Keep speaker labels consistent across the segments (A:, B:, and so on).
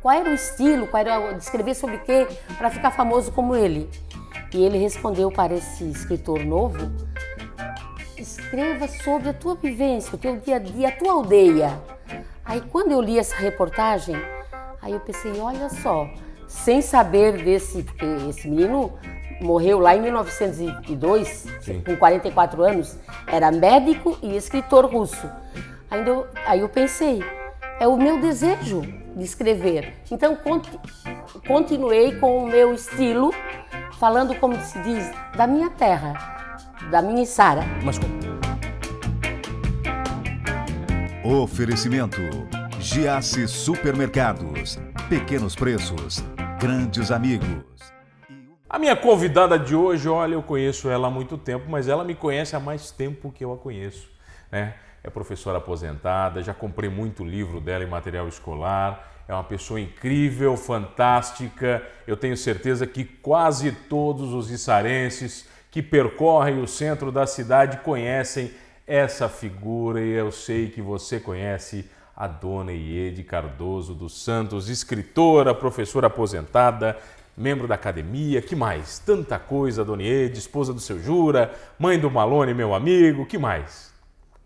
A: qual era o estilo, qual era o- escrever sobre o quê para ficar famoso como ele. E ele respondeu para esse escritor novo: escreva sobre a tua vivência, o teu dia a dia, a tua aldeia. Aí quando eu li essa reportagem, aí eu pensei, olha só, sem saber desse, porque esse menino morreu lá em 1902,
B: Sim.
A: com 44 anos, era médico e escritor russo. Ainda eu- aí eu pensei, é o meu desejo de escrever. Então conti- continuei com o meu estilo, falando como se diz, da minha terra, da minha Sara.
B: Mas com-
C: Oferecimento: Giasse Supermercados. Pequenos preços, grandes amigos.
D: A minha convidada de hoje, olha, eu conheço ela há muito tempo, mas ela me conhece há mais tempo que eu a conheço. Né? É professora aposentada, já comprei muito livro dela e material escolar. É uma pessoa incrível, fantástica. Eu tenho certeza que quase todos os içarenses que percorrem o centro da cidade conhecem essa figura e eu sei que você conhece a dona Iede Cardoso dos Santos, escritora, professora aposentada, membro da academia, que mais? Tanta coisa, dona Iede, esposa do seu Jura, mãe do Malone, meu amigo, que mais?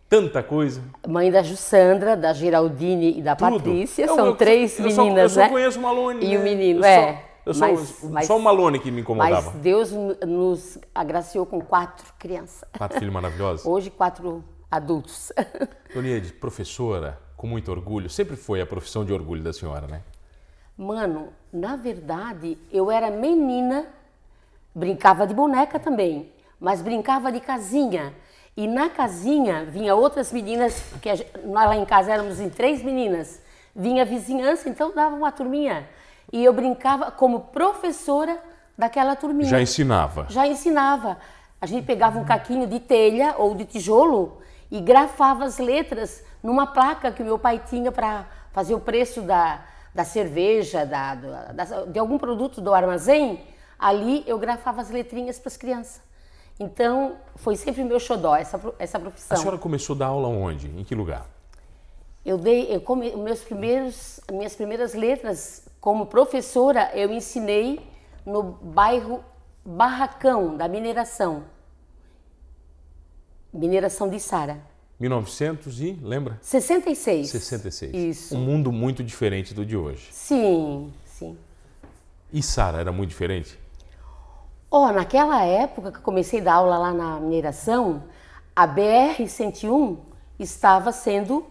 D: Tanta coisa.
A: Mãe da Jussandra, da Geraldine e da
D: Tudo.
A: Patrícia,
D: Eu-
A: são
D: eu-
A: três
D: eu só-
A: meninas,
D: Eu só
A: né?
D: conheço o Malone.
A: E o
D: né?
A: menino,
D: Eu só-
A: é.
D: eu só,
A: Mas- mas-
D: só o Malone que me
A: Mas
D: incomodava.
A: Deus n- nos agraciou com quatro crianças.
D: Quatro filhos maravilhosos.
A: Hoje, quatro adultos.
D: Doniede, professora, com muito orgulho, sempre foi a profissão de orgulho da senhora, né?
A: Mano, na verdade, eu era menina, brincava de boneca também, mas brincava de casinha. E na casinha vinha outras meninas, porque a gen- nós lá em casa éramos em três meninas, vinha a vizinhança, então dava uma turminha. E eu brincava como professora daquela turminha
D: Já ensinava.
A: já ensinava. A gente pegava um caquinho de telha ou de tijolo e grafava as letras numa placa que meu pai tinha para fazer o preço da, da cerveja, da, do- da- de algum produto do armazém. Ali eu grafava as letrinhas para as crianças. Então foi sempre meu xodó essa, pro- essa
D: A
A: profissão.
D: senhora começou a dar aula onde? Em que lugar?
A: Eu dei, eu come, meus primeiros, minhas primeiras letras como professora eu ensinei no bairro Barracão da Mineração, Mineração de Sara,
D: 1900 e, lembra?
A: 66.
D: 66.
A: Isso.
D: Um mundo muito diferente do de hoje.
A: Sim, sim.
D: E Sara era muito diferente?
A: Ó, naquela época que eu comecei a dar aula lá na mineração, a BR 101 estava sendo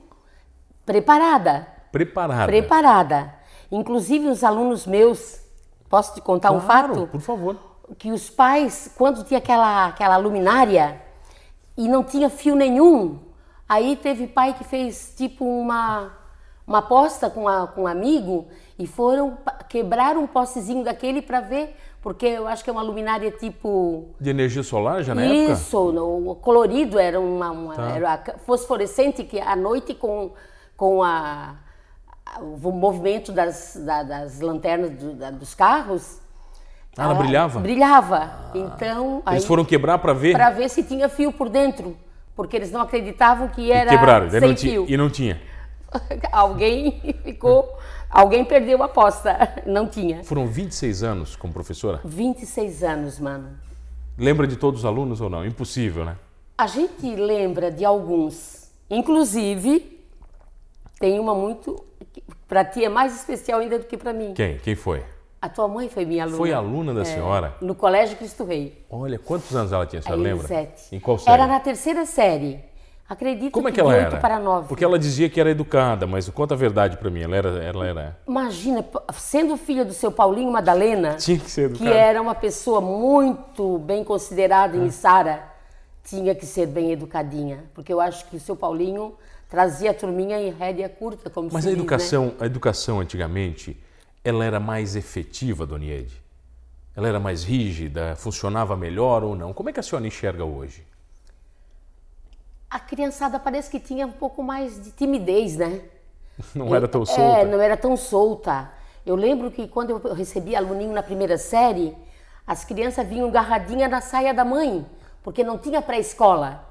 A: preparada.
D: Preparada.
A: preparada. Inclusive, os alunos meus, posso te contar um
D: Claro,
A: fato?
D: Por favor.
A: Que os pais, quando tinha aquela, aquela luminária e não tinha fio nenhum, aí teve pai que fez tipo uma, uma aposta com, a- com um amigo e foram pa- quebrar um postezinho daquele para ver, porque eu acho que é uma luminária tipo.
D: De energia solar já na época?
A: Isso, no- o colorido era uma, uma-
D: Tá.
A: era a fosforescente que à noite com, com a, a- o movimento das, da- das lanternas do- da- dos carros.
D: Ah, ela brilhava? Ah.
A: Brilhava. então,
D: Eles foram quebrar para ver
A: para ver se tinha fio por dentro, porque eles não acreditavam que era
D: e quebraram. Daí
A: sem
D: não tinha-
A: fio.
D: E não tinha.
A: alguém ficou, alguém perdeu a aposta, não tinha.
D: Foram 26 anos como professora.
A: 26 anos, mano.
D: Lembra de todos os alunos ou não? Impossível, né?
A: A gente lembra de alguns, inclusive tem uma muito para ti é mais especial ainda do que para mim.
D: Quem? Quem foi?
A: A tua mãe foi minha aluna.
D: Foi aluna
A: É.
D: da senhora?
A: no Colégio Cristo Rei.
D: Olha, quantos anos ela tinha,
A: A
D: a senhora lembra?
A: Elisete.
D: Em qual série?
A: Era na terceira série. Acredito
D: Como é
A: que
D: que ela
A: de oito
D: era?
A: para 9.
D: Porque ela dizia que era educada, mas conta a verdade pra mim. Ela era, ela era...
A: Imagina, p- sendo filha do seu Paulinho Madalena,
D: Tinha que ser
A: que
D: educada.
A: era uma pessoa muito bem considerada
D: Ah.
A: em Sara, tinha que ser bem educadinha. Porque eu acho que o seu Paulinho trazia a turminha em rédea curta, como
D: Mas
A: se
D: a
A: diz, né?
D: educação, a educação antigamente, ela era mais efetiva, Dona Iede? Ela era mais rígida, funcionava melhor ou não? Como é que a senhora enxerga hoje?
A: A criançada parece que tinha um pouco mais de timidez, né?
D: Não era tão
A: É,
D: solta?
A: não era tão solta. Eu lembro que quando eu recebi aluninho na primeira série, as crianças vinham garradinha na saia da mãe, porque não tinha pré-escola.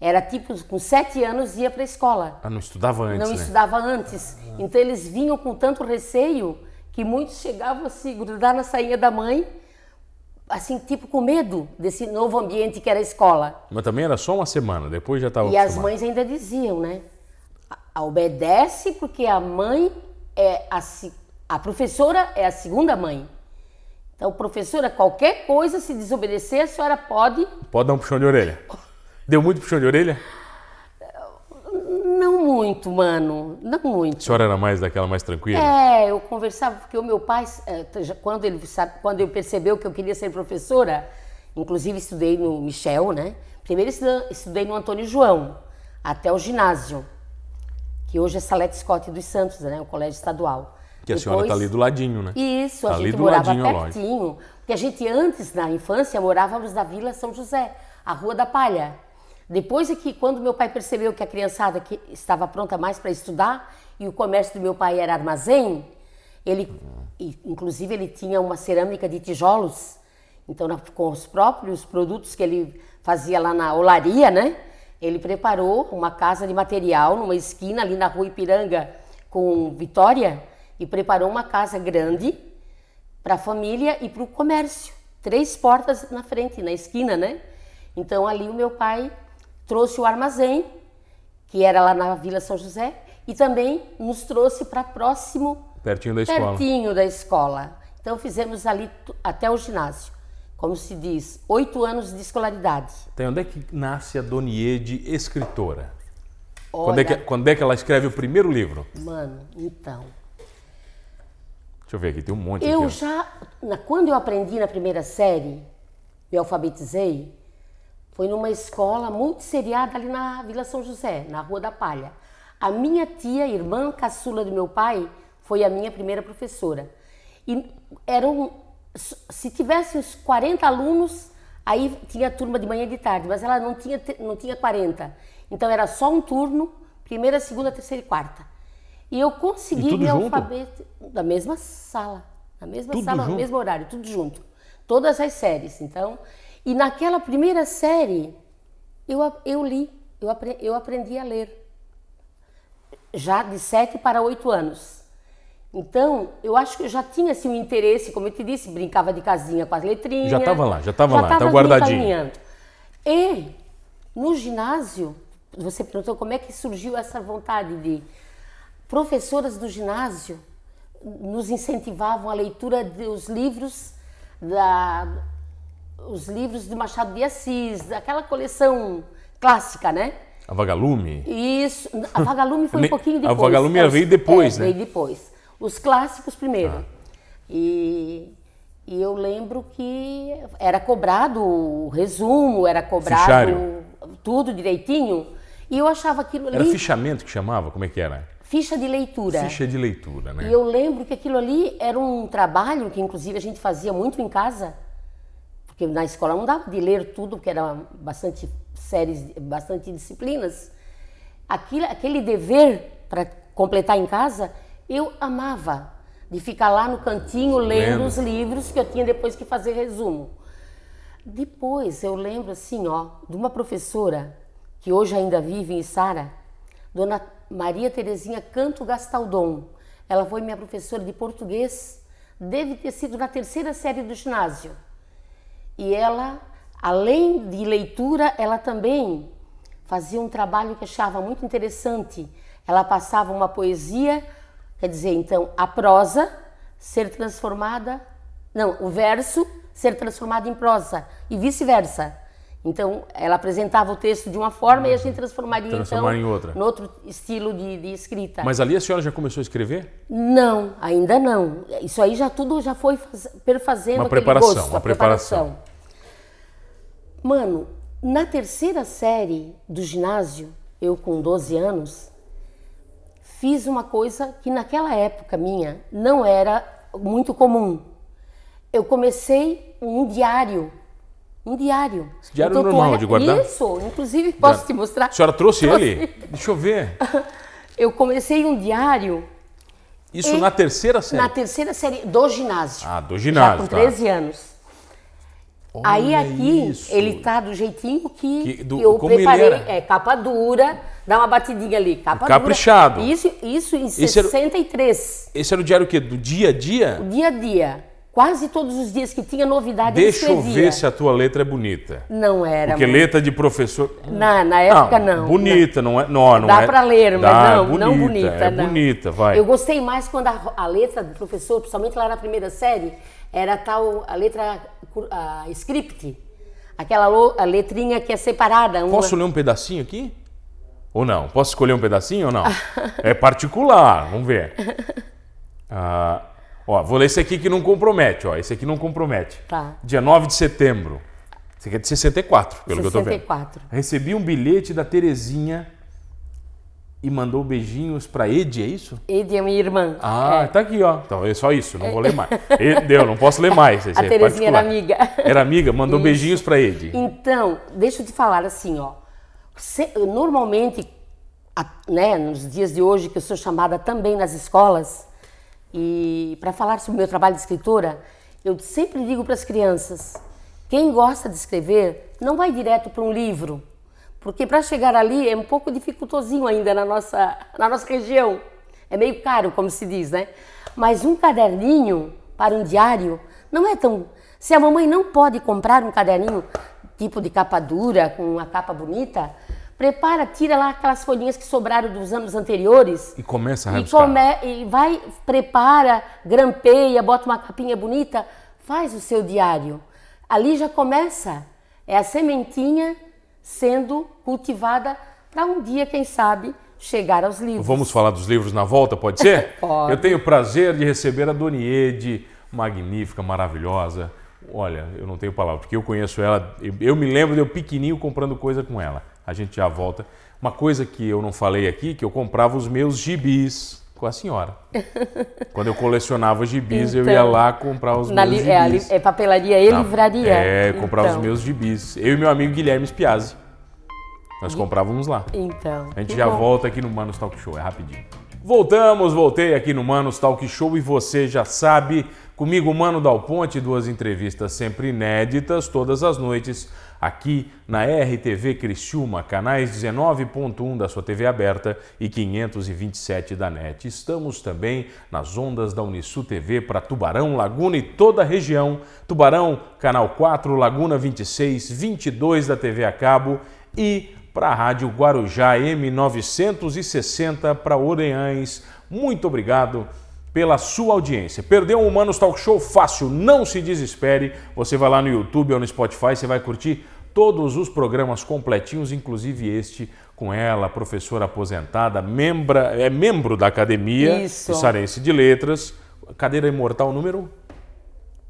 A: Era tipo, com sete anos ia para a escola.
D: Ela não Ah, estudava antes,
A: não
D: né?
A: estudava antes. Então eles vinham com tanto receio que muitos chegavam a se grudar na sainha da mãe, assim, tipo com medo desse novo ambiente que era a escola.
D: Mas também era só uma semana, depois já estava
A: E as mães ainda diziam, né? "A- a Obedece porque a mãe é a, se- a professora é a segunda mãe. Então, professora, qualquer coisa, se desobedecer, a senhora pode
D: Pode dar um puxão de orelha. Deu muito puxão de orelha?
A: Não muito, mano. Não
D: A
A: muito.
D: senhora era mais daquela mais tranquila?
A: É, eu conversava porque o meu pai, eh, já- quando ele sabe, quando ele percebeu que eu queria ser professora, inclusive estudei no Michel, né? Primeiro estu- estudei no Antônio João, até o ginásio, que hoje é Salete Scott dos Santos, né? O colégio estadual.
D: Que a senhora tá ali do ladinho, né?
A: Isso,
D: Tá
A: a
D: ali
A: gente
D: do
A: morava
D: ladinho, lógico.
A: pertinho. Porque a gente antes, na infância, morávamos na Vila São José, a Rua da Palha. Depois é que, quando meu pai percebeu que a criançada que estava pronta mais para estudar e o comércio do meu pai era armazém, ele, e, inclusive, ele tinha uma cerâmica de tijolos. Então, na- com os próprios produtos que ele fazia lá na olaria, né? Ele preparou uma casa de material numa esquina ali na Rua Ipiranga com Vitória e preparou uma casa grande para a família e para o comércio. Três portas na frente, na esquina, né? Então ali o meu pai trouxe o armazém, que era lá na Vila São José, e também nos trouxe para próximo,
D: Pertinho da escola.
A: pertinho da escola. Então fizemos ali tu- até o ginásio, como se diz, oito anos de escolaridade.
D: Então, onde é que nasce a Doniede escritora? Quando
A: Olha,
D: é, que, é? quando é que ela escreve o primeiro livro?
A: mano, então.
D: Deixa eu ver aqui, tem um monte
A: Eu
D: aqui. ó.
A: já, na- quando eu aprendi na primeira série, me alfabetizei, foi numa escola multisseriada ali na Vila São José, na Rua da Palha. A minha tia, irmã caçula do meu pai, foi a minha primeira professora. E eram, se tivesse uns 40 alunos, aí tinha turma de manhã e de tarde, mas ela não tinha, te- não tinha 40. Então era só um turno, primeira, segunda, terceira e quarta. E eu consegui
D: tudo
A: me
D: junto?
A: alfabetizar alfabeto da mesma sala, na mesma
D: Tudo
A: sala,
D: junto?
A: no mesmo horário, tudo junto. Todas as séries, então. E naquela primeira série, eu, a- eu li, eu, apre- eu aprendi a ler. Já de 7 para 8 anos. Então, eu acho que eu já tinha assim, um interesse, como eu te disse, brincava de casinha com as letrinhas.
D: Já tava lá, já tava lá, tá
A: me
D: guardadinho.
A: encaminhando. E no ginásio, você perguntou como é que surgiu essa vontade de professoras do ginásio nos incentivavam a leitura dos livros da os livros de Machado de Assis, daquela coleção clássica, né?
D: A Vagalume?
A: Isso, a Vagalume foi
D: Nem-
A: um pouquinho
D: a
A: depois.
D: Vagalume
A: É, os-
D: veio depois,
A: é,
D: né? Tá.
A: Veio depois. Os clássicos primeiro. E, e eu lembro que era cobrado o resumo, era cobrado
D: Fichário.
A: tudo direitinho. E eu achava aquilo ali
D: Era fichamento que chamava? Como é que era?
A: ficha de leitura.
D: Ficha de leitura, né?
A: E eu lembro que aquilo ali era um trabalho que, inclusive, a gente fazia muito em casa, porque na escola não dava de ler tudo, porque era bastante séries, bastante disciplinas. Aquilo, aquele dever para completar em casa, eu amava de ficar lá no cantinho lendo,
D: Lendo.
A: os livros que eu tinha depois que fazer resumo. Depois eu lembro assim, ó, de uma professora que hoje ainda vive em Sara, Dona Maria Terezinha Canto Gastaldon. Ela foi minha professora de português, deve ter sido na terceira série do ginásio. E ela, além de leitura, ela também fazia um trabalho que eu achava muito interessante. Ela passava uma poesia, quer dizer, então, a prosa ser transformada, não, o verso ser transformado em prosa e vice-versa. Então, ela apresentava o texto de uma forma e a gente transformaria,
D: Uhum. Transformar
A: então,
D: em outra.
A: no outro estilo de, de escrita.
D: Mas ali a senhora já começou a escrever?
A: Não, ainda não. Isso aí já tudo já foi faz- perfazendo
D: Uma
A: aquele
D: preparação,
A: gosto,
D: uma
A: a preparação. Mano, na terceira série do ginásio, eu com 12 anos, fiz uma coisa que naquela época minha não era muito comum. Eu comecei um diário. Um diário.
D: diário
A: tu
D: normal
A: olha-
D: de guardar?
A: Isso, inclusive posso
D: Já-
A: te mostrar.
D: A senhora trouxe ele? Deixa eu ver.
A: Eu comecei um diário
D: Isso
A: E-
D: na terceira série.
A: Na terceira série do ginásio.
D: Ah, do ginásio,
A: Já com
D: tá.
A: 13 anos. Aí
D: Olha
A: aqui
D: isso.
A: ele tá do jeitinho que,
D: Que- do-
A: eu
D: como ele
A: preparei,
D: era.
A: é capa dura, dá uma batidinha ali, capa
D: Caprichado.
A: dura. Isso, isso em
D: Esse era o-
A: 63,
D: Esse era o diário o quê? Do dia a dia?
A: dia a dia, quase todos os dias que tinha novidade
D: Deixa
A: ele
D: eu
A: escrevia.
D: ver se a tua letra é bonita.
A: Não era.
D: Porque
A: muito.
D: letra de professor.
A: Na, na época não. não.
D: Bonita, não, é. Não, não
A: Dá
D: é-
A: pra ler, mas
D: Dá,
A: não,
D: é bonita,
A: não bonita.
D: É
A: não.
D: bonita, vai.
A: Eu gostei mais quando a, a letra do professor, principalmente lá na primeira série, era tal, a letra cur- a script, aquela lo- a letrinha que é separada. Uma...
D: Posso ler um pedacinho aqui? Ou não? Posso escolher um pedacinho ou não? é particular, vamos ver. Ah, ó, vou ler esse aqui que não compromete, ó. Esse aqui não compromete.
A: Tá.
D: Dia 9 de setembro. Esse aqui é de 64, pelo que eu tô vendo.
A: 64.
D: Recebi um bilhete da Terezinha e mandou beijinhos pra Ed, é isso?
A: Ele é minha irmã.
D: Ah, tá aqui, ó. Então é só isso, não vou ler mais. E- Deu, não posso ler mais. esse
A: A
D: é
A: Terezinha era
D: particular.
A: amiga.
D: Era amiga, mandou beijinhos pra Ed.
A: Então, deixa eu te falar assim, ó. Se- normalmente, a- né, nos dias de hoje, que eu sou chamada também nas escolas, e para falar sobre o meu trabalho de escritora, eu sempre digo para as crianças: quem gosta de escrever não vai direto para um livro, porque para chegar ali é um pouco dificultosinho ainda na nossa, na nossa região. É meio caro, como se diz, né? Mas um caderninho para um diário não é tão. Se a mamãe não pode comprar um caderninho tipo de capa dura, com uma capa bonita, prepara, tira lá aquelas folhinhas que sobraram dos anos anteriores
D: E começa a
A: e,
D: rabiscar.
A: come- e vai, prepara, grampeia, bota uma capinha bonita, faz o seu diário. Ali já começa. É a sementinha sendo cultivada para um dia, quem sabe, chegar aos livros.
D: Vamos falar dos livros na volta, pode ser?
A: Pode.
D: Eu tenho o prazer de receber a Doniede, magnífica, maravilhosa. Olha, eu não tenho palavra, porque eu conheço ela, eu- eu me lembro de eu pequenininho comprando coisa com ela. A gente já volta. Uma coisa que eu não falei aqui, que eu comprava os meus gibis com a senhora. Quando eu colecionava gibis, eu
A: Então,
D: ia lá comprar os
A: Na
D: meus
A: li- é, a li-
D: gibis.
A: é papelaria e
D: Na-
A: livraria.
D: É, comprava os
A: Então,
D: meus gibis. Eu e meu amigo Guilherme Spiazzi. Nós comprávamos lá.
A: Então.
D: A gente
A: que
D: já
A: bom.
D: volta aqui no Manos Talk Show, é rapidinho. Voltamos, voltei aqui no Manos Talk Show e você já sabe, comigo Mano Dal Ponte, duas entrevistas sempre inéditas, todas as noites, aqui na RTV Criciúma, canais 19.1 da sua TV aberta e 527 da NET. Estamos também nas ondas da Unisu TV para Tubarão, Laguna e toda a região. Tubarão, Canal 4, Laguna 26, 22 da TV a cabo e para a Rádio Guarujá M960 para Orleães. Muito obrigado pela sua audiência. Perdeu um Humanos Talk Show fácil, não se desespere. Você vai lá no YouTube ou no Spotify, você vai curtir todos os programas completinhos, inclusive este com ela, professora aposentada, membra, é membro da Academia
A: Isso.
D: de Sarense de Letras, cadeira imortal número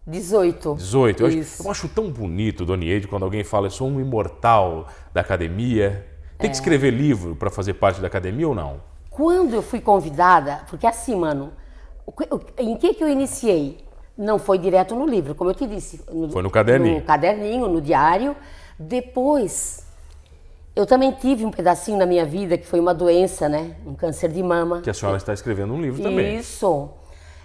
A: 18.
D: 18. Eu acho,
A: Isso.
D: eu acho tão bonito, Dona Iede, quando alguém fala, eu sou um imortal da academia. Tem
A: É.
D: que escrever livro para fazer parte da academia ou não?
A: Quando eu fui convidada, porque assim, mano, o que- o- em que que eu iniciei? Não foi direto no livro, como eu te disse.
D: Foi no caderninho.
A: No caderninho, no diário. Depois, eu também tive um pedacinho na minha vida que foi uma doença, né? Um câncer de mama.
D: Que a senhora está escrevendo um livro também.
A: Isso,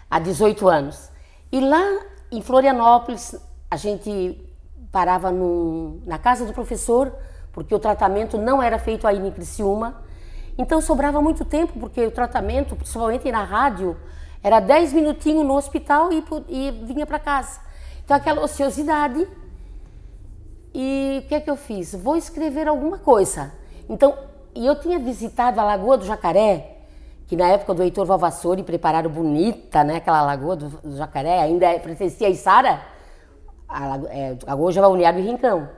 A: há 18 anos. E lá em Florianópolis, a gente parava num- na casa do professor, porque o tratamento não era feito aí em Criciúma. Então sobrava muito tempo, porque o tratamento, principalmente na rádio, era 10 minutinhos no hospital e, po- e vinha para casa. Então aquela ociosidade e o que é que eu fiz? Vou escrever alguma coisa. Então, e eu tinha visitado a Lagoa do Jacaré, que na época do Heitor Valvassori prepararam bonita, né? Aquela Lagoa do, do Jacaré, ainda é- pertencia a Isara, a Lago- é, Lagoa Javaliário e Rincão.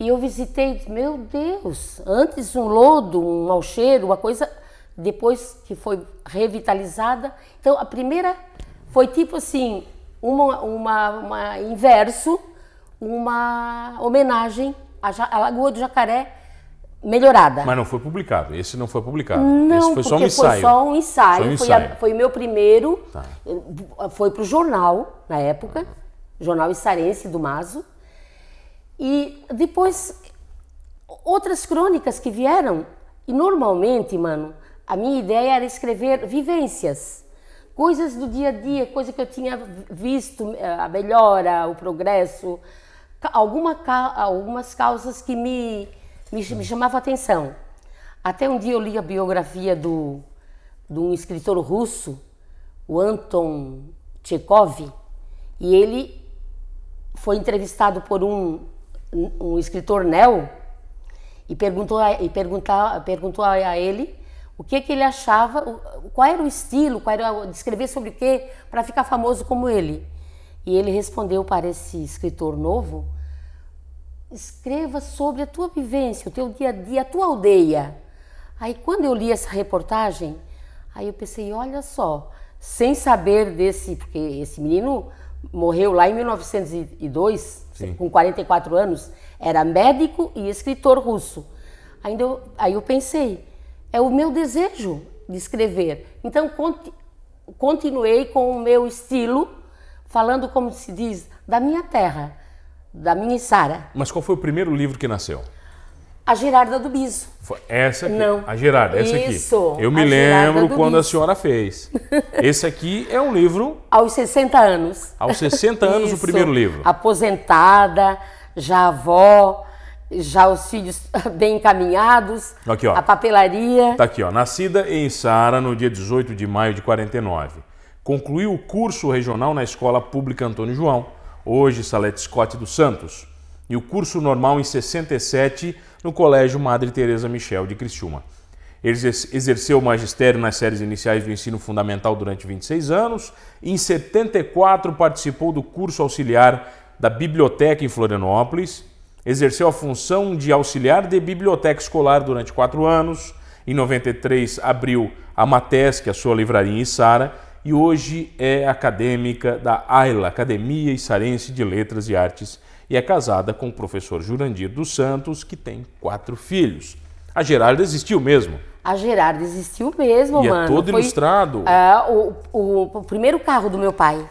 A: E eu visitei, disse, meu Deus, antes um lodo, um mau cheiro, uma coisa, depois que foi revitalizada. Então, a primeira foi tipo assim, uma, uma, uma inverso, uma homenagem à, Ja- à Lagoa do Jacaré melhorada.
D: Mas não foi publicado. Esse não foi publicado.
A: Não,
D: Esse foi
A: porque
D: só um ensaio.
A: foi só um ensaio.
D: Só um
A: Foi a-
D: ensaio.
A: Foi o meu primeiro.
D: Tá.
A: eh, Foi pro jornal, na época, Jornal Issarense do Mazo. E depois, outras crônicas que vieram. E normalmente, mano, a minha ideia era escrever vivências. Coisas do dia a dia, coisa que eu tinha visto, eh, a melhora, o progresso, ca- alguma ca- algumas causas que me, me, ch- me chamavam a atenção. Até um dia eu li a biografia do, de um escritor russo, o Anton Chekhov, e ele foi entrevistado por um, um escritor neo e perguntou a, e perguntar, perguntou a, a ele o que, que ele achava, o- qual era o estilo, qual era, o- descrever sobre o que para ficar famoso como ele. E ele respondeu para esse escritor novo: escreva sobre a tua vivência, o teu dia a dia, a tua aldeia. Aí quando eu li essa reportagem, aí eu pensei, olha só, sem saber desse, porque esse menino morreu lá em 1902,
D: Sim.
A: com 44 anos, era médico e escritor russo. Ainda eu- aí eu pensei, é o meu desejo de escrever. Então conti- continuei com o meu estilo, falando como se diz, da minha terra, da minha Sara.
D: Mas qual foi o primeiro livro que nasceu?
A: A Gerarda do Biso.
D: Foi essa aqui.
A: Não.
D: A Gerarda, essa aqui.
A: Isso,
D: Eu me
A: a Gerarda
D: lembro
A: do
D: quando a
A: Bis.
D: senhora fez. Esse aqui é um livro,
A: Aos 60 anos.
D: aos 60 anos, o
A: Isso.
D: primeiro livro.
A: Aposentada, já avó, já os filhos bem encaminhados.
D: Aqui, ó.
A: A papelaria.
D: Tá aqui, ó. Nascida em Sara no dia 18 de maio de 49. Concluiu o curso regional na Escola Pública Antônio João, hoje Salete Scott dos Santos, e o curso normal em 67 no Colégio Madre Teresa Michel de Criciúma. Exer- Exerceu o magistério nas séries iniciais do ensino fundamental durante 26 anos. Em 74 participou do curso auxiliar da biblioteca em Florianópolis Exerceu a função de auxiliar de biblioteca escolar durante quatro anos. Em 93, abriu a Matesc, a sua livraria em Sara, e hoje é acadêmica da AILA, Academia Isarense de Letras e Artes, e é casada com o professor Jurandir dos Santos, que tem quatro filhos. A Gerarda existiu mesmo,
A: A Gerarda existiu mesmo,
D: e
A: mano.
D: é todo
A: Foi,
D: ilustrado.
A: ah, o, o- o primeiro carro do meu pai.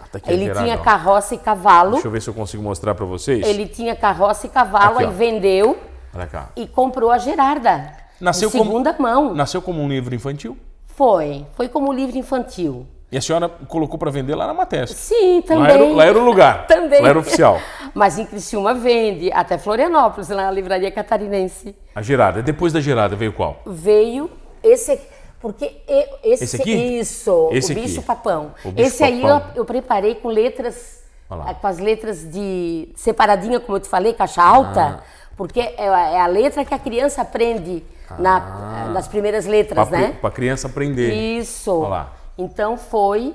D: Ah, tá aqui a
A: Ele
D: Gerarda,
A: tinha
D: ó.
A: carroça e cavalo.
D: Deixa eu ver se eu consigo mostrar para vocês.
A: Ele tinha carroça e cavalo,
D: Aqui, ó.
A: aí vendeu
D: Olha cá.
A: e comprou a Gerarda.
D: Nasceu
A: em
D: como-
A: segunda mão.
D: Nasceu como um livro infantil
A: Foi. Foi como livro infantil.
D: e a senhora colocou para vender lá na Matesc.
A: Sim,
D: Lá
A: também.
D: era, lá era o lugar.
A: Também.
D: Lá era oficial.
A: Mas em Criciúma vende, até Florianópolis, na livraria catarinense.
D: A Gerarda. Depois da Gerarda veio qual?
A: Veio esse aqui, porque e- esse,
D: Esse aqui?
A: Isso,
D: Esse
A: o
D: aqui.
A: bicho papão.
D: O bicho
A: esse aí
D: papão.
A: eu, eu preparei com letras,
D: Olha lá.
A: ah, com as letras de separadinha, como eu te falei, caixa
D: Ah.
A: alta, porque é, a- é a letra que a criança aprende
D: Ah.
A: na- nas primeiras letras,
D: Pra-
A: né?
D: Pra criança aprender.
A: Isso.
D: Olha lá.
A: Então foi,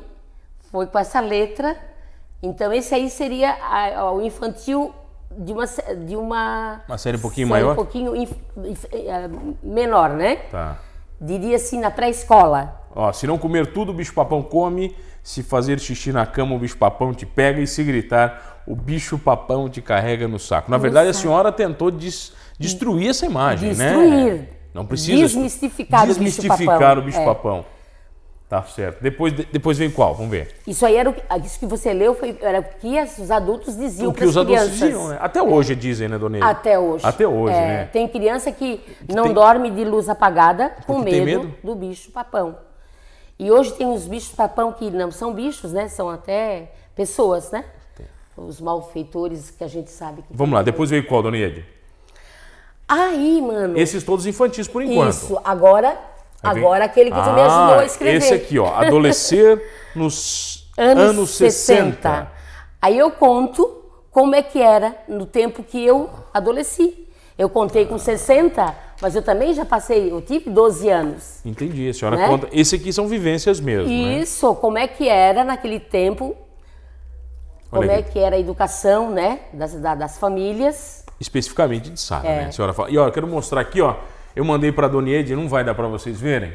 A: foi com essa letra. Então esse aí seria a- a- o infantil de uma sé- de uma
D: Uma série um pouquinho maior?
A: um pouquinho inf- inf- eh, menor, né?
D: Tá.
A: Diria assim na pré-escola.
D: Ó, se não comer tudo, o bicho papão come. Se fazer xixi na cama, o bicho papão te pega. E se gritar, o bicho papão te carrega no saco. Na verdade, a senhora tentou des- destruir essa imagem, né?
A: Destruir.
D: Não precisa.
A: Desmistificar o bicho
D: Desmistificar
A: papão.
D: o bicho
A: É.
D: papão. Tá certo. Depois, de- depois vem qual? Vamos ver.
A: Isso aí era o que, isso que você leu foi era o que as- os adultos diziam
D: o que
A: pras
D: os adultos
A: crianças. É.
D: diziam, né? Até hoje dizem, né, Dona Eli?
A: Até hoje.
D: Até hoje,
A: É,
D: né?
A: Tem criança que não
D: tem-
A: dorme de luz apagada com
D: Porque tem
A: medo,
D: medo?
A: do bicho papão. E hoje tem os bichos papão que não são bichos, né? São até pessoas, né? Os malfeitores que a gente sabe que.
D: Vamos lá, depois veio qual, Dona Eli?
A: Aí, mano.
D: Esses todos infantis por enquanto.
A: Isso. Agora,
D: Aí vem-
A: agora aquele que tu me
D: Tá Ah,
A: ajudou a escrever.
D: Esse aqui, ó. Adolescer nos anos, 60.
A: Aí eu conto como é que era no tempo que eu adolesci. Eu contei com 60, mas eu também já passei, eu tive 12 anos.
D: Entendi. A senhora
A: Né?
D: conta. Esse aqui são vivências mesmo. Né?
A: Isso, como é que era naquele tempo, como
D: Olha
A: é
D: aqui.
A: que era a educação, né, das, da- das famílias.
D: Especificamente de Sara,
A: É.
D: né? A senhora fala. E ó, eu quero mostrar aqui, ó. Eu mandei pra Dona Edi, não vai dar pra vocês verem.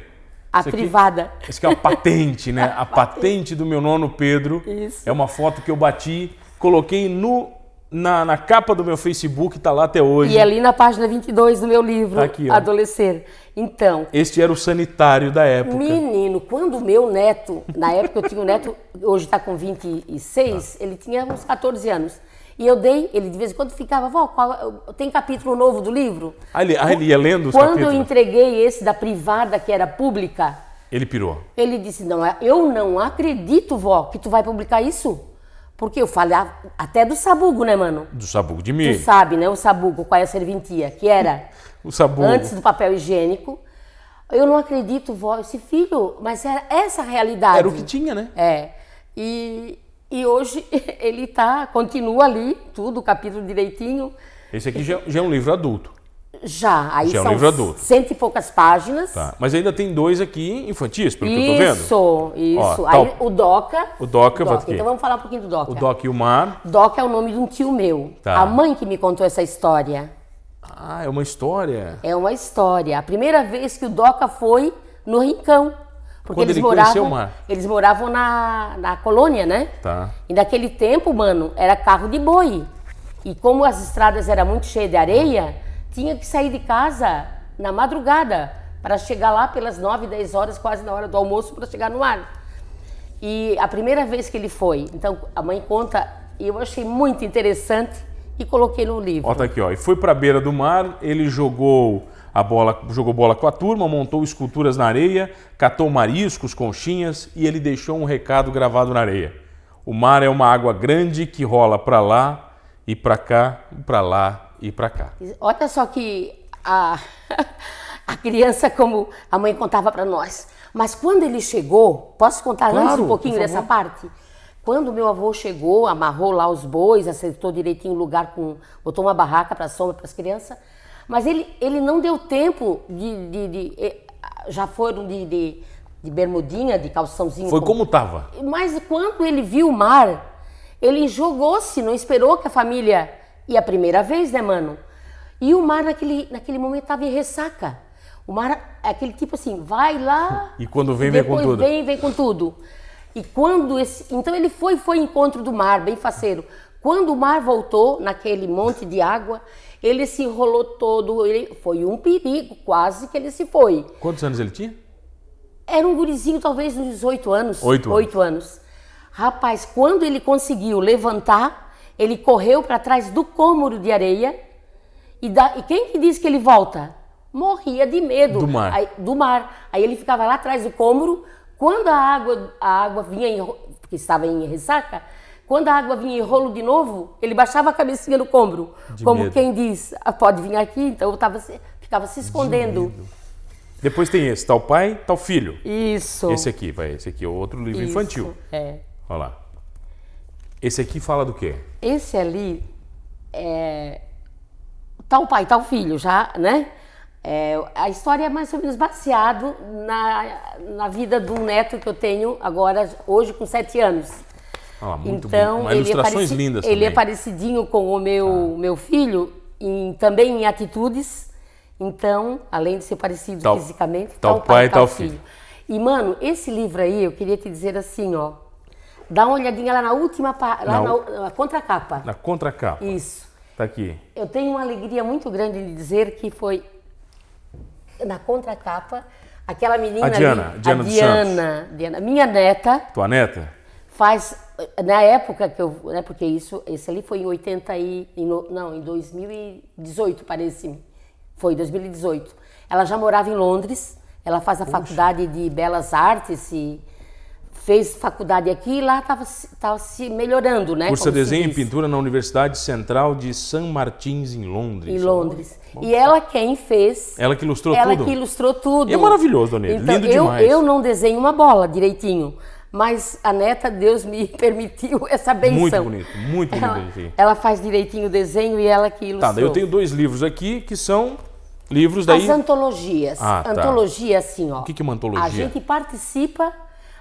A: A
D: Isso aqui-
A: privada.
D: Esse aqui é a patente, né? A patente do meu nono Pedro.
A: Isso.
D: É uma foto que eu bati, coloquei no, na, na capa do meu Facebook, tá lá até hoje.
A: E é- ali na página 22 do meu livro,
D: Tá aqui, ó.
A: Adolescer. Então,
D: Este era o sanitário da
A: Hum.
D: época.
A: Menino, quando o meu neto, na época eu tinha um neto, hoje está com
D: Tá.
A: 26, ele tinha uns 14 anos. E eu dei, ele de vez em quando ficava, vó, qual- tem capítulo novo do livro?
D: Ah, ele, ah, ele ia lendo os
A: quando
D: capítulos?
A: eu entreguei esse da privada, que era pública,
D: Ele pirou.
A: é, ele disse, não, eu não acredito, vó, que tu vai publicar isso. Porque eu falava até do sabugo, né, mano?
D: Do sabugo de
A: Tu
D: milho.
A: sabe, né? O sabugo, qual é a serventia? Que era
D: O sabugo.
A: antes do papel higiênico. Eu não acredito, vó, esse filho, mas era essa a realidade.
D: Era o que tinha, né?
A: É. E, e hoje ele tá, continua ali, tudo, o capítulo direitinho.
D: Esse aqui já, já é um livro adulto.
A: Já, aí
D: Já é um
A: são
D: livro adulto.
A: cento e poucas páginas.
D: Tá. Mas ainda tem dois aqui infantis, pelo que eu tô vendo.
A: Isso, isso.
D: Ó,
A: aí
D: tá
A: o Doca.
D: O Doca, vai aqui.
A: Então vamos falar um pouquinho do Doca.
D: O Doc e o Mar.
A: Doca é o nome de um tio meu.
D: Tá.
A: A mãe que me contou essa história.
D: Ah, é uma história.
A: É uma história. A primeira vez que o Doca foi no Rincão. Porque
D: Quando
A: eles
D: ele conheceu o
A: moravam,
D: mar.
A: eles moravam na, na colônia, né?
D: Tá.
A: E naquele tempo, mano, era carro de boi. E como as estradas eram muito cheias de areia, tinha que sair de casa na madrugada para chegar lá pelas 9, 10 horas, quase na hora do almoço, para chegar no ar. E a primeira vez que ele foi, então a mãe conta, e eu achei muito interessante e coloquei no livro.
D: Ó, tá aqui, ó. E foi pra beira do mar, ele jogou a bola, jogou bola com a turma, montou esculturas na areia, catou mariscos, conchinhas e ele deixou um recado gravado na areia. O mar é uma água grande que rola pra lá e pra cá, pra lá e pra cá.
A: Olha só que a, a criança, como a mãe contava para nós. Mas quando ele chegou, posso contar
D: Claro,
A: antes um pouquinho
D: por
A: dessa parte? Quando meu avô chegou, amarrou lá os bois, acertou direitinho o lugar, com, botou uma barraca para sombra para as crianças. Mas ele, ele não deu tempo de. de- de- eh, já foram de, de, de bermudinha, de calçãozinho.
D: Foi
A: com-
D: como tava.
A: mas quando ele viu o mar, ele jogou-se, não esperou que a família. E a primeira vez, né, mano? E o mar naquele, naquele momento estava em ressaca. O mar é aquele tipo assim, vai lá.
D: E quando vem, vem com
A: depois
D: tudo.
A: Vem, vem com tudo. E quando esse. Então ele foi, foi encontro do mar, bem faceiro. Quando o mar voltou, naquele monte de água, ele se enrolou todo. Ele, foi um perigo, quase que ele se foi.
D: Quantos anos ele tinha?
A: Era um gurizinho, talvez, uns 18 anos.
D: Oito anos.
A: Oito anos. Rapaz, quando ele conseguiu levantar, ele correu para trás do cômoro de areia. E, da- e quem que diz que ele volta? Morria de medo.
D: Do mar.
A: Aí, do mar. Aí ele ficava lá atrás do cômoro. Quando a água, a água vinha, em, ro- porque estava em ressaca, quando a água vinha em rolo de novo, ele baixava a cabecinha no cômoro.
D: De
A: como
D: medo.
A: quem diz, "Ah, pode vir aqui. Então eu tava, se- ficava se escondendo.
D: Depois tem esse, tal pai, tal filho.
A: Isso.
D: Esse aqui, vai, esse aqui é outro livro
A: Isso,
D: infantil.
A: É.
D: Olha lá. Esse aqui fala do quê?
A: Esse ali é tal pai, tal filho, já, né? É, a história é mais ou menos baseado na, na vida de um neto que eu tenho agora, hoje com sete anos.
D: Olha lá, muito
A: então,
D: bonito. Mas
A: ele é
D: Ilustrações
A: pareci-
D: lindas
A: Ele
D: também. Tá.
A: é parecidinho com o meu, meu filho, em- também em atitudes. Então, além de ser parecido
D: Tal-
A: fisicamente, tá
D: tal tá pai, tal filho.
A: E, mano, esse livro aí, eu queria te dizer assim, ó. Dá uma olhadinha lá na última, pa- lá
D: Na
A: na,
D: u-
A: u- na contracapa.
D: Na contracapa.
A: Isso.
D: Tá aqui.
A: Eu tenho uma alegria muito grande de dizer que foi na contracapa aquela menina
D: A Diana,
A: ali,
D: Diana
A: a
D: dos
A: Diana, Diana, minha neta,
D: Tua
A: É
D: neta?
A: faz na época que eu, né, porque isso, esse ali foi em 80 e em no- não, em 2018, parece-me. Foi 2018. Ela já morava em Londres, ela faz a faculdade de Belas Artes e fez faculdade aqui e lá estava tava se melhorando, né?
D: Cursa
A: como se
D: Desenho e
A: diz.
D: Pintura na Universidade Central de San Martins, em Londres.
A: em Londres. E ela quem fez.
D: Ela que ilustrou
A: ela
D: tudo?
A: que ilustrou tudo. Então,
D: E é maravilhoso, Dona Neide, lindo
A: eu,
D: demais.
A: Eu não desenho uma bola direitinho, mas a neta, Deus me permitiu essa benção.
D: Muito bonito, muito bonito
A: Ela,
D: desenho.
A: ela faz direitinho o desenho e ela que ilustrou.
D: Tá, daí eu tenho dois livros aqui que são livros daí.
A: As antologias.
D: Ah, tá.
A: Antologia, assim, ó.
D: O que que é uma antologia?
A: A gente participa,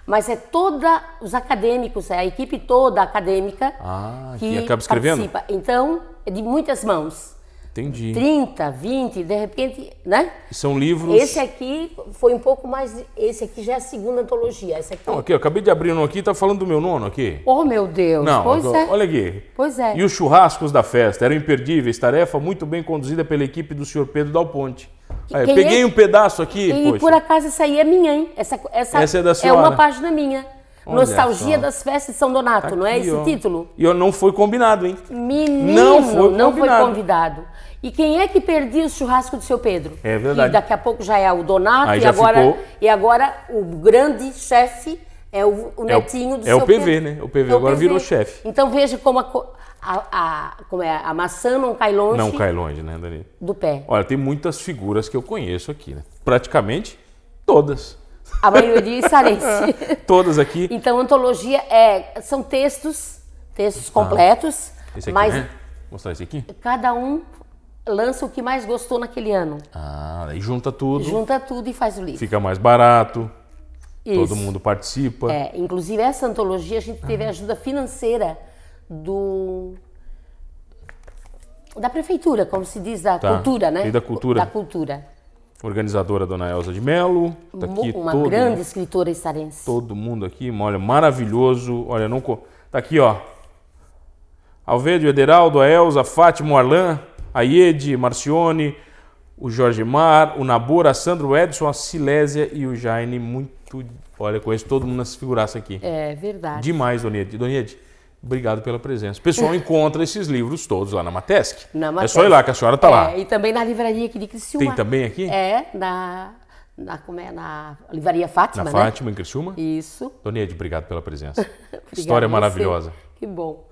A: mas é toda os acadêmicos, é a equipe toda acadêmica
D: Ah, que acaba escrevendo?
A: participa. Então, é de muitas mãos.
D: Entendi.
A: 30, 20, de repente, né?
D: São livros.
A: Esse aqui foi um pouco mais. Esse aqui já é a segunda antologia. Esse aqui.
D: Não, aqui, eu acabei de abrir um aqui, tá falando do meu nono aqui.
A: Oh, meu Deus!
D: Não,
A: pois
D: agora-
A: é.
D: olha aqui.
A: Pois é.
D: E os churrascos da festa eram imperdíveis, tarefa muito bem conduzida pela equipe do senhor Pedro Dal Ponte. Aí, eu
A: quem
D: peguei
A: é-
D: um pedaço aqui,
A: E
D: poxa.
A: por acaso essa aí é minha, hein? Essa, essa,
D: Essa é da senhora.
A: uma página minha.
D: Olha
A: Nostalgia
D: só.
A: das festas de São Donato, não é
D: Aqui,
A: esse
D: ó.
A: título?
D: E ó, não foi combinado, hein?
A: Menino,
D: Não foi
A: não foi
D: convidado.
A: convidado. E quem é que perdia o churrasco do seu Pedro?
D: É verdade.
A: E daqui a pouco já é o Donato
D: Aí
A: e
D: já
A: agora
D: ficou.
A: e agora o grande chefe É o, o
D: É o-
A: netinho do
D: é o
A: seu
D: PV, né? O PV agora virou chefe.
A: Então veja como a, co- a- a- como é, a maçã não cai longe
D: Não cai longe, né, Dani?
A: do pé.
D: Olha, tem muitas figuras que eu conheço aqui, né? Praticamente todas.
A: A maioria é sarense.
D: Todas aqui.
A: Então, antologia é, são textos, textos completos,
D: Tá. Esse aqui,
A: mas
D: né? Vou Mostrar esse aqui?
A: cada um lança o que mais gostou naquele ano.
D: Ah, aí junta tudo,
A: Junta tudo e faz o livro.
D: fica mais barato,
A: Isso.
D: todo mundo participa.
A: É, inclusive, essa antologia a gente teve a ajuda financeira do da prefeitura, como se diz, da
D: Tá,
A: cultura, né?
D: e da cultura.
A: Da cultura.
D: Organizadora Dona Elza de Melo, tá aqui
A: Uma
D: todo,
A: grande escritora estarense.
D: todo mundo aqui, olha, maravilhoso. Olha, não co- tá aqui, ó. Alvedo, Ederaldo, a Elza, a Fátima, o Arlan, a Iede, Marcione, o Jorge Mar, o Nabor, a Sandro, o Edson, a Silésia e o Jaine, muito... Olha, conheço todo mundo nessa figuraça aqui.
A: É verdade.
D: Demais, Dona Iede. Dona Iede, obrigado pela presença. O pessoal encontra esses livros todos lá na Matesc.
A: Na
D: É
A: Matesc.
D: só ir lá que a senhora tá lá.
A: É, e também na livraria aqui de Criciúma.
D: Tem também aqui?
A: É, na, na, como é, na livraria Fátima,
D: na
A: né?
D: Fátima, em Criciúma.
A: Isso.
D: Dona Iede, obrigado pela presença.
A: Obrigada
D: História
A: a você.
D: maravilhosa.
A: Que bom.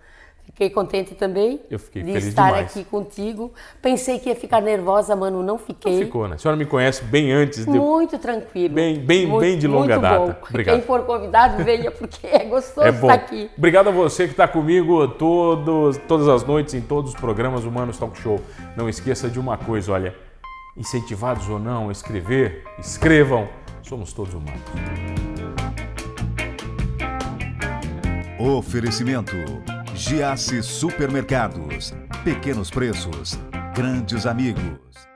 A: Fiquei contente também
D: Eu fiquei
A: de
D: feliz
A: estar
D: demais.
A: aqui contigo. Pensei que ia ficar nervosa, mano, não fiquei.
D: Ficou, né? A senhora me conhece bem antes de eu
A: Muito tranquilo.
D: Bem- bem-
A: Muito-
D: bem de longa
A: muito
D: data.
A: bom.
D: Obrigado.
A: Quem for convidado, venha, porque é gostoso
D: É bom.
A: estar aqui.
D: Obrigado a você que está comigo todos, todas as noites em todos os programas Humanos Talk Show. Não esqueça de uma coisa, olha, incentivados ou não a escrever, escrevam. Somos todos humanos.
C: Oferecimento: Giasse Supermercados. Pequenos preços, grandes amigos.